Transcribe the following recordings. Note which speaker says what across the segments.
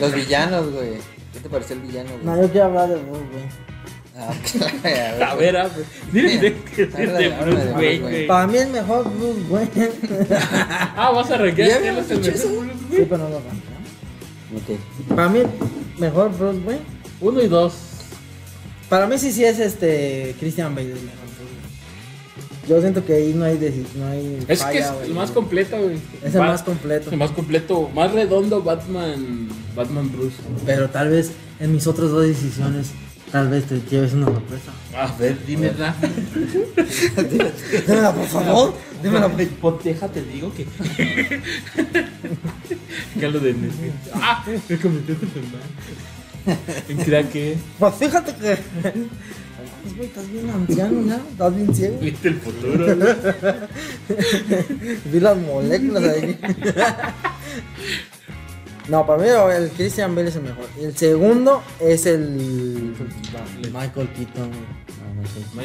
Speaker 1: Los villanos, güey. ¿Qué te pareció el villano,
Speaker 2: No,
Speaker 1: güey?
Speaker 2: yo quiero hablar de Bruce, güey.
Speaker 1: Ah, ok, a ver,
Speaker 3: A ver, a ver. Dile de, de, de,
Speaker 1: Habla de- habla de
Speaker 3: Bruce Wayne,
Speaker 1: Bruce
Speaker 3: güey.
Speaker 1: Wayne.
Speaker 2: Para mí el mejor Bruce, güey. sí,
Speaker 3: Ah, vas a arreglar
Speaker 1: Ya
Speaker 3: ya
Speaker 1: habíamos
Speaker 3: los en
Speaker 1: dicho
Speaker 3: el
Speaker 1: eso.
Speaker 3: Bruce, güey.
Speaker 2: pero no lo canto.
Speaker 1: Ok.
Speaker 2: Para mí el mejor Bruce, güey.
Speaker 3: Uno y dos.
Speaker 2: Para mí sí, sí es este. Christian Bale el mejor Bruce, güey. Yo siento que ahí no hay. desi- No hay
Speaker 3: Es que
Speaker 2: falla,
Speaker 3: es
Speaker 2: güey.
Speaker 3: el más completo, güey.
Speaker 2: Es el
Speaker 3: Va-
Speaker 2: más completo.
Speaker 3: Es el más completo, más redondo Batman, Batman Bruce.
Speaker 2: Pero tal vez en mis otras dos decisiones, tal vez te lleves una sorpresa.
Speaker 3: A ver, dime la.
Speaker 2: Dímela, por favor. Dímela, por
Speaker 3: Ponteja, te digo que. ya lo de Ah, me cometiste mal. En craque.
Speaker 2: Pues fíjate que. Pues, güey, Estás bien anciano ya, estás bien ciego.
Speaker 3: Viste el futuro. güey.
Speaker 2: Vi las moléculas ahí. No, para mí el Christian Bale es el mejor. Y El segundo es el. Michael Keaton. güey.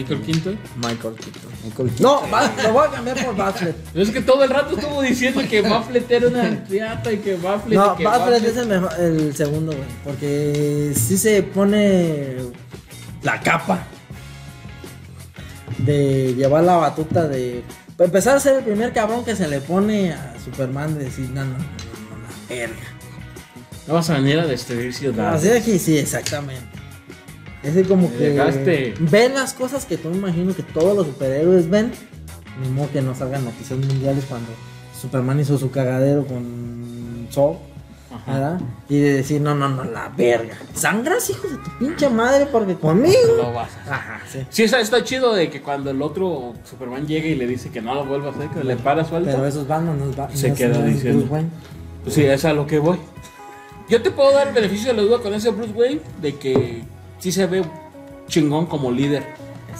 Speaker 3: Michael Quinto.
Speaker 2: Michael Keaton.
Speaker 1: Michael Keaton.
Speaker 2: No, va- lo voy a cambiar por Buffett.
Speaker 3: No es que todo el rato estuvo diciendo que Bafflet era una pirata y que Bafflet.
Speaker 2: No,
Speaker 3: y que
Speaker 2: Buffett
Speaker 3: Bafflet-
Speaker 2: es el, mejor, el segundo, güey. Porque sí se pone la capa de llevar la batuta de. Para empezar a ser el primer cabrón que se le pone a Superman de decir, no, no, no, no, no, la verga.
Speaker 3: No vas a venir a destruir ciudades.
Speaker 2: Así de aquí, sí, exactamente. Es de como
Speaker 3: Me
Speaker 2: que
Speaker 3: dejaste.
Speaker 2: ven las cosas que tú me imagino que todos los superhéroes ven. Ni modo que no salgan noticias mundiales cuando Superman hizo su cagadero con Sol.
Speaker 3: Ajá.
Speaker 2: ¿verdad? Y de decir, no, no, no, la verga. Sangras, hijo de tu pinche madre, porque conmigo.
Speaker 3: No vas a.
Speaker 2: Ajá, sí.
Speaker 3: Sí, está, está chido de que cuando el otro Superman llega y le dice que no lo vuelva a hacer, que le para su alto.
Speaker 2: Pero esos bandos no es Batman.
Speaker 3: Se
Speaker 2: no es-
Speaker 3: queda
Speaker 2: no es
Speaker 3: diciendo.
Speaker 2: Bruce Wayne.
Speaker 3: Pues sí, es a lo que voy. Yo te puedo dar el beneficio de la duda con ese Bruce Wayne de que sí se ve chingón como líder. Se ve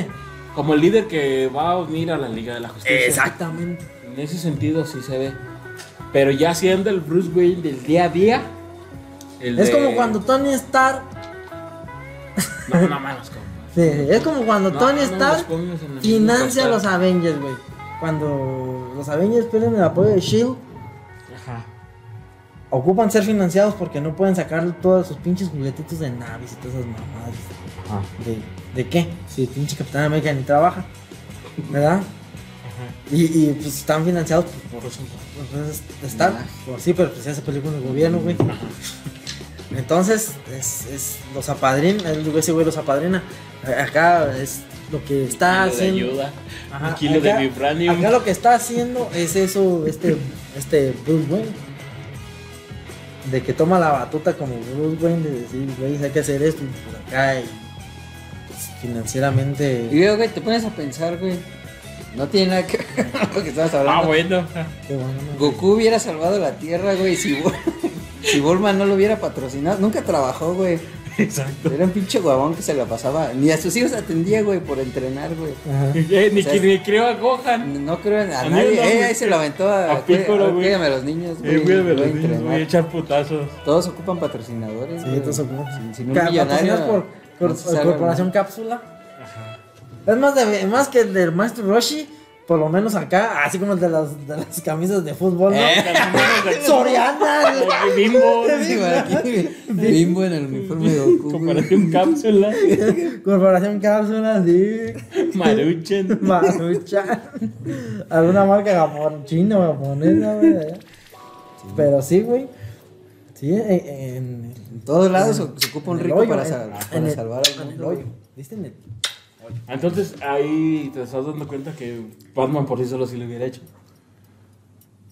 Speaker 2: Exactamente.
Speaker 3: como el líder que va a unir a la Liga de la Justicia.
Speaker 2: Exactamente.
Speaker 3: En ese sentido sí se ve. Pero ya siendo el Bruce Wayne del día a día. el
Speaker 2: Es
Speaker 3: de-
Speaker 2: como cuando Tony Stark.
Speaker 3: No, no mames, compa.
Speaker 2: sí, es como cuando
Speaker 3: No,
Speaker 2: Tony
Speaker 3: no los
Speaker 2: Stark.
Speaker 3: pongas en la
Speaker 2: Financia a
Speaker 3: misma
Speaker 2: los
Speaker 3: costal.
Speaker 2: Avengers, güey. Cuando los Avengers pierden el apoyo de Shield,
Speaker 3: Ajá.
Speaker 2: E ocupan ser financiados porque no pueden sacar todos sus pinches juguetitos de naves y todas esas mamadas.
Speaker 3: Ajá.
Speaker 2: ¿De, de qué? Si el pinche Capitán América ni trabaja, ¿verdad? Y, y, pues están financiados por, por, por Stark.
Speaker 1: Nah.
Speaker 2: Por- sí, pero pues ya se peleó con el gobierno, güey. Entonces, es, es los apadrina, el- ese güey los apadrina. A- Acá es lo
Speaker 1: Ah,
Speaker 2: que está
Speaker 3: Kilo de
Speaker 2: haciendo.
Speaker 3: ayuda.
Speaker 2: Ajá,
Speaker 3: Un kilo
Speaker 2: acá-
Speaker 3: de vibranium.
Speaker 2: Acá lo que está haciendo es eso, este, este Bruce Wayne. De que toma la batuta como Bruce Wayne, de decir, güey, hay que hacer esto y por acá y pues,
Speaker 1: Y
Speaker 2: financieramente.
Speaker 1: luego, güey, te pones a pensar, güey. No tiene nada que ver con lo que estabas hablando.
Speaker 3: Ah, bueno.
Speaker 2: qué bueno, ¿no?
Speaker 1: Goku hubiera salvado la Tierra, güey, si, Bul- si Bulma no lo hubiera patrocinado. Nunca trabajó, güey.
Speaker 3: Exacto.
Speaker 1: Era un pinche guabón que se la pasaba. Ni a sus hijos atendía, güey, por entrenar, güey.
Speaker 2: Ajá.
Speaker 3: Eh, ni,
Speaker 1: O sea,
Speaker 3: que- ni creo a Gohan.
Speaker 1: No creo en a,
Speaker 3: A mí
Speaker 1: nadie.
Speaker 3: no,
Speaker 1: eh,
Speaker 3: güey.
Speaker 1: ahí se lo aventó a,
Speaker 3: A Piccolo,
Speaker 1: a-
Speaker 3: güey.
Speaker 1: cuídame a los niños, güey.
Speaker 3: Eh, güey, me
Speaker 1: voy a
Speaker 3: los niños,
Speaker 1: entrenar.
Speaker 3: voy a echar putazos.
Speaker 1: Todos ocupan patrocinadores.
Speaker 2: Sí,
Speaker 1: güey.
Speaker 2: entonces, ¿no?
Speaker 1: Sin, sin un
Speaker 2: Ca-
Speaker 1: millonario.
Speaker 2: patrocinados por, cor-
Speaker 1: no se salva,
Speaker 2: Corporación Cápsula. Es más, de, más que el del maestro Roshi, por lo menos acá, así como el de las, de las camisas de fútbol, ¿no?
Speaker 1: Eh.
Speaker 2: Soriana, güey.
Speaker 3: Ay, Bimbo.
Speaker 1: ¿no? Sí, güey, aquí, güey. Bimbo en el uniforme de Goku. güey.
Speaker 3: Comparación cápsula.
Speaker 2: Corporación Cápsula, sí.
Speaker 3: Maruchen.
Speaker 2: Maruchan. Alguna marca japón, china o japonesa, güey. de allá. Pero sí, güey. Sí, en. en-
Speaker 1: En todos lados se, se ocupa un
Speaker 2: en el
Speaker 1: rico
Speaker 2: hoyo,
Speaker 1: para,
Speaker 2: en-
Speaker 1: sal- para
Speaker 2: en el-
Speaker 1: salvar al
Speaker 2: en el
Speaker 1: mundo.
Speaker 2: hoyo. ¿Viste? En el-
Speaker 3: Entonces ahí te estás dando cuenta que Batman por sí solo sí lo hubiera hecho.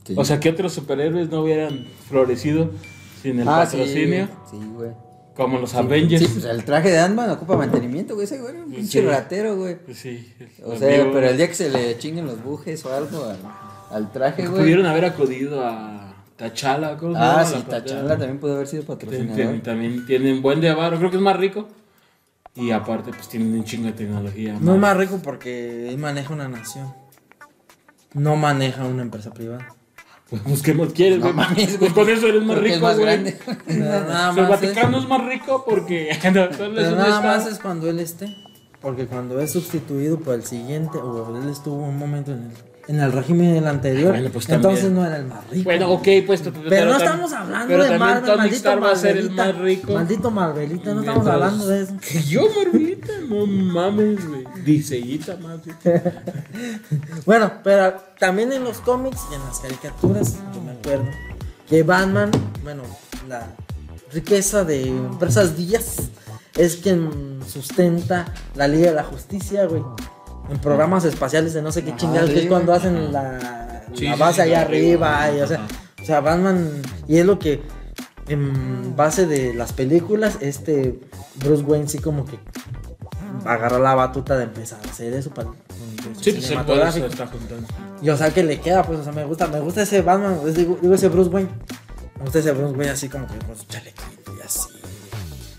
Speaker 1: Sí.
Speaker 3: O sea, que otros superhéroes no hubieran florecido sin el
Speaker 1: Ah, sí,
Speaker 3: patrocinio.
Speaker 1: Sí, güey.
Speaker 3: Como los Avengers.
Speaker 1: Sí, pues el traje de Ant-Man ocupa mantenimiento, güey. Ese güey era un pinche
Speaker 3: Sí.
Speaker 1: ratero, güey.
Speaker 3: Pues sí,
Speaker 1: O
Speaker 3: los
Speaker 1: sea,
Speaker 3: vivos.
Speaker 1: pero el día que se le chinguen los bujes o algo al, al traje, güey.
Speaker 3: Pudieron haber acudido a Tachala. ¿cómo
Speaker 2: Pues
Speaker 3: se
Speaker 1: Ah,
Speaker 3: llama
Speaker 1: sí,
Speaker 3: la planta?
Speaker 1: Tachala también pudo haber sido
Speaker 3: Tien-
Speaker 1: patrocinador.
Speaker 3: tienen- También tienen buen de avaro, creo que es más rico. Y aparte, pues tienen un chingo de tecnología.
Speaker 2: No
Speaker 3: más.
Speaker 2: es más rico porque él maneja una nación. No maneja una empresa privada.
Speaker 3: Pues, pues, ¿qué más quieres,
Speaker 1: No
Speaker 3: güey?
Speaker 1: mames, güey.
Speaker 3: Pues con eso eres más
Speaker 1: Porque es
Speaker 3: rico,
Speaker 1: más
Speaker 3: güey.
Speaker 1: grande.
Speaker 2: Nada,
Speaker 3: O
Speaker 2: nada
Speaker 3: sea, el
Speaker 2: más. es-
Speaker 3: Vaticano es más rico porque no, solo es
Speaker 2: pero
Speaker 3: un
Speaker 2: nada
Speaker 3: estado.
Speaker 2: más es cuando él esté. Porque cuando es sustituido por el siguiente, o él estuvo un momento en el, en el régimen
Speaker 1: Ah,
Speaker 2: anterior.
Speaker 3: Bueno, pues también.
Speaker 2: entonces no era el más rico.
Speaker 3: Bueno, ok, pues. t- t-
Speaker 2: Pero no
Speaker 3: tam-
Speaker 2: estamos hablando
Speaker 3: pero
Speaker 2: de
Speaker 3: también
Speaker 2: Marvel,
Speaker 3: Tony
Speaker 2: maldito
Speaker 3: Stark va a ser el
Speaker 2: Marvelita.
Speaker 3: más rico.
Speaker 2: Maldito Marvelita, no estamos
Speaker 3: Mientras-
Speaker 2: hablando de eso.
Speaker 3: Que yo, Marvelita, no mames, güey. Diseíta, más bien.
Speaker 2: Bueno, pero también en los cómics y en las caricaturas, yo me acuerdo que Batman, bueno, la riqueza de empresas Díaz es quien sustenta la Liga de la Justicia, güey. En programas espaciales de no sé qué
Speaker 1: Ajá,
Speaker 2: chingados,
Speaker 1: sí,
Speaker 2: que es cuando
Speaker 1: güey.
Speaker 2: hacen la,
Speaker 3: Sí,
Speaker 2: la
Speaker 3: sí,
Speaker 2: base
Speaker 3: sí,
Speaker 2: allá
Speaker 3: la arriba,
Speaker 2: arriba, y, o, sea,
Speaker 3: ajá.
Speaker 2: o sea, Batman, y es lo que en base de las películas, este Bruce Wayne sí como que agarra la batuta de empezar a hacer eso para el universo
Speaker 3: Sí, pues el poder se
Speaker 2: cinematográfico.
Speaker 3: lo está juntando.
Speaker 2: Y o sea que le queda, pues, o sea, me gusta, me gusta ese Batman, es- digo, digo, ese Bruce Wayne. Me gusta ese Bruce Wayne así como que con su chalequito y así. y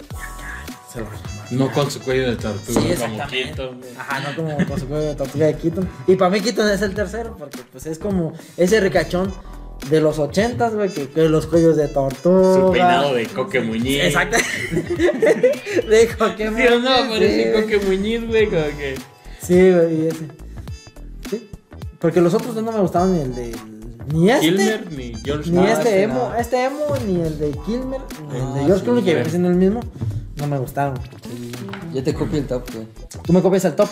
Speaker 2: acá, Se lo arma.
Speaker 3: Pues No con su cuello de tortuga,
Speaker 2: Sí,
Speaker 3: como
Speaker 2: exactamente.
Speaker 3: quito, güey.
Speaker 2: Ajá, no como con su juego de tortilla de Keaton. Y para mí Keaton es el tercero, porque pues es como ese ricachón de los ochentas, güey, que, que los cuellos de tortuga.
Speaker 3: Su peinado de coque muñiz.
Speaker 2: Exacto. de Pokémon.
Speaker 3: Sí o no,
Speaker 2: sí,
Speaker 3: parece
Speaker 2: güey. Este
Speaker 3: coque muñiz, güey, como que.
Speaker 2: Sí, güey, y ese. Sí. Porque los otros dos no me gustaban ni el de. Ni este.
Speaker 3: Kilmer ni George
Speaker 2: Ni
Speaker 1: Ah,
Speaker 3: Clooney.
Speaker 2: este
Speaker 1: sí,
Speaker 2: emo,
Speaker 1: no.
Speaker 2: este emo, ni el de Kilmer, ni el de
Speaker 1: Ah,
Speaker 2: George
Speaker 1: sí,
Speaker 2: Clooney, que
Speaker 3: güey.
Speaker 2: viene siendo el mismo, no me gustaron.
Speaker 1: Yo te copio el top, güey.
Speaker 2: ¿Tú me copias el top?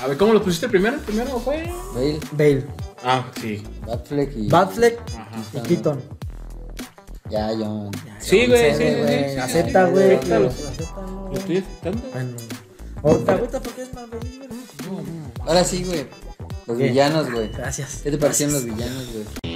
Speaker 3: A ver, ¿cómo lo pusiste primero? Primero fue.
Speaker 1: Bale,
Speaker 2: Bale,
Speaker 3: Ah, sí.
Speaker 1: Batfleck y. Ah,
Speaker 2: Batfleck
Speaker 3: Ajá.
Speaker 2: y Keaton.
Speaker 1: Ya, John.
Speaker 3: Sí, güey, sí,
Speaker 2: Dale,
Speaker 3: sí,
Speaker 2: güey,
Speaker 3: sí, sí.
Speaker 2: Acepta,
Speaker 1: sí,
Speaker 2: güey.
Speaker 1: acéptalo.
Speaker 2: Acéptalo.
Speaker 3: ¿Lo estoy aceptando?
Speaker 2: Bueno. Ahorita, ahorita, porque es más Bale, güey.
Speaker 1: Ahora sí, güey. Los
Speaker 2: ¿Qué?
Speaker 1: villanos, güey.
Speaker 2: Gracias.
Speaker 1: ¿Qué te parecían los villanos, güey?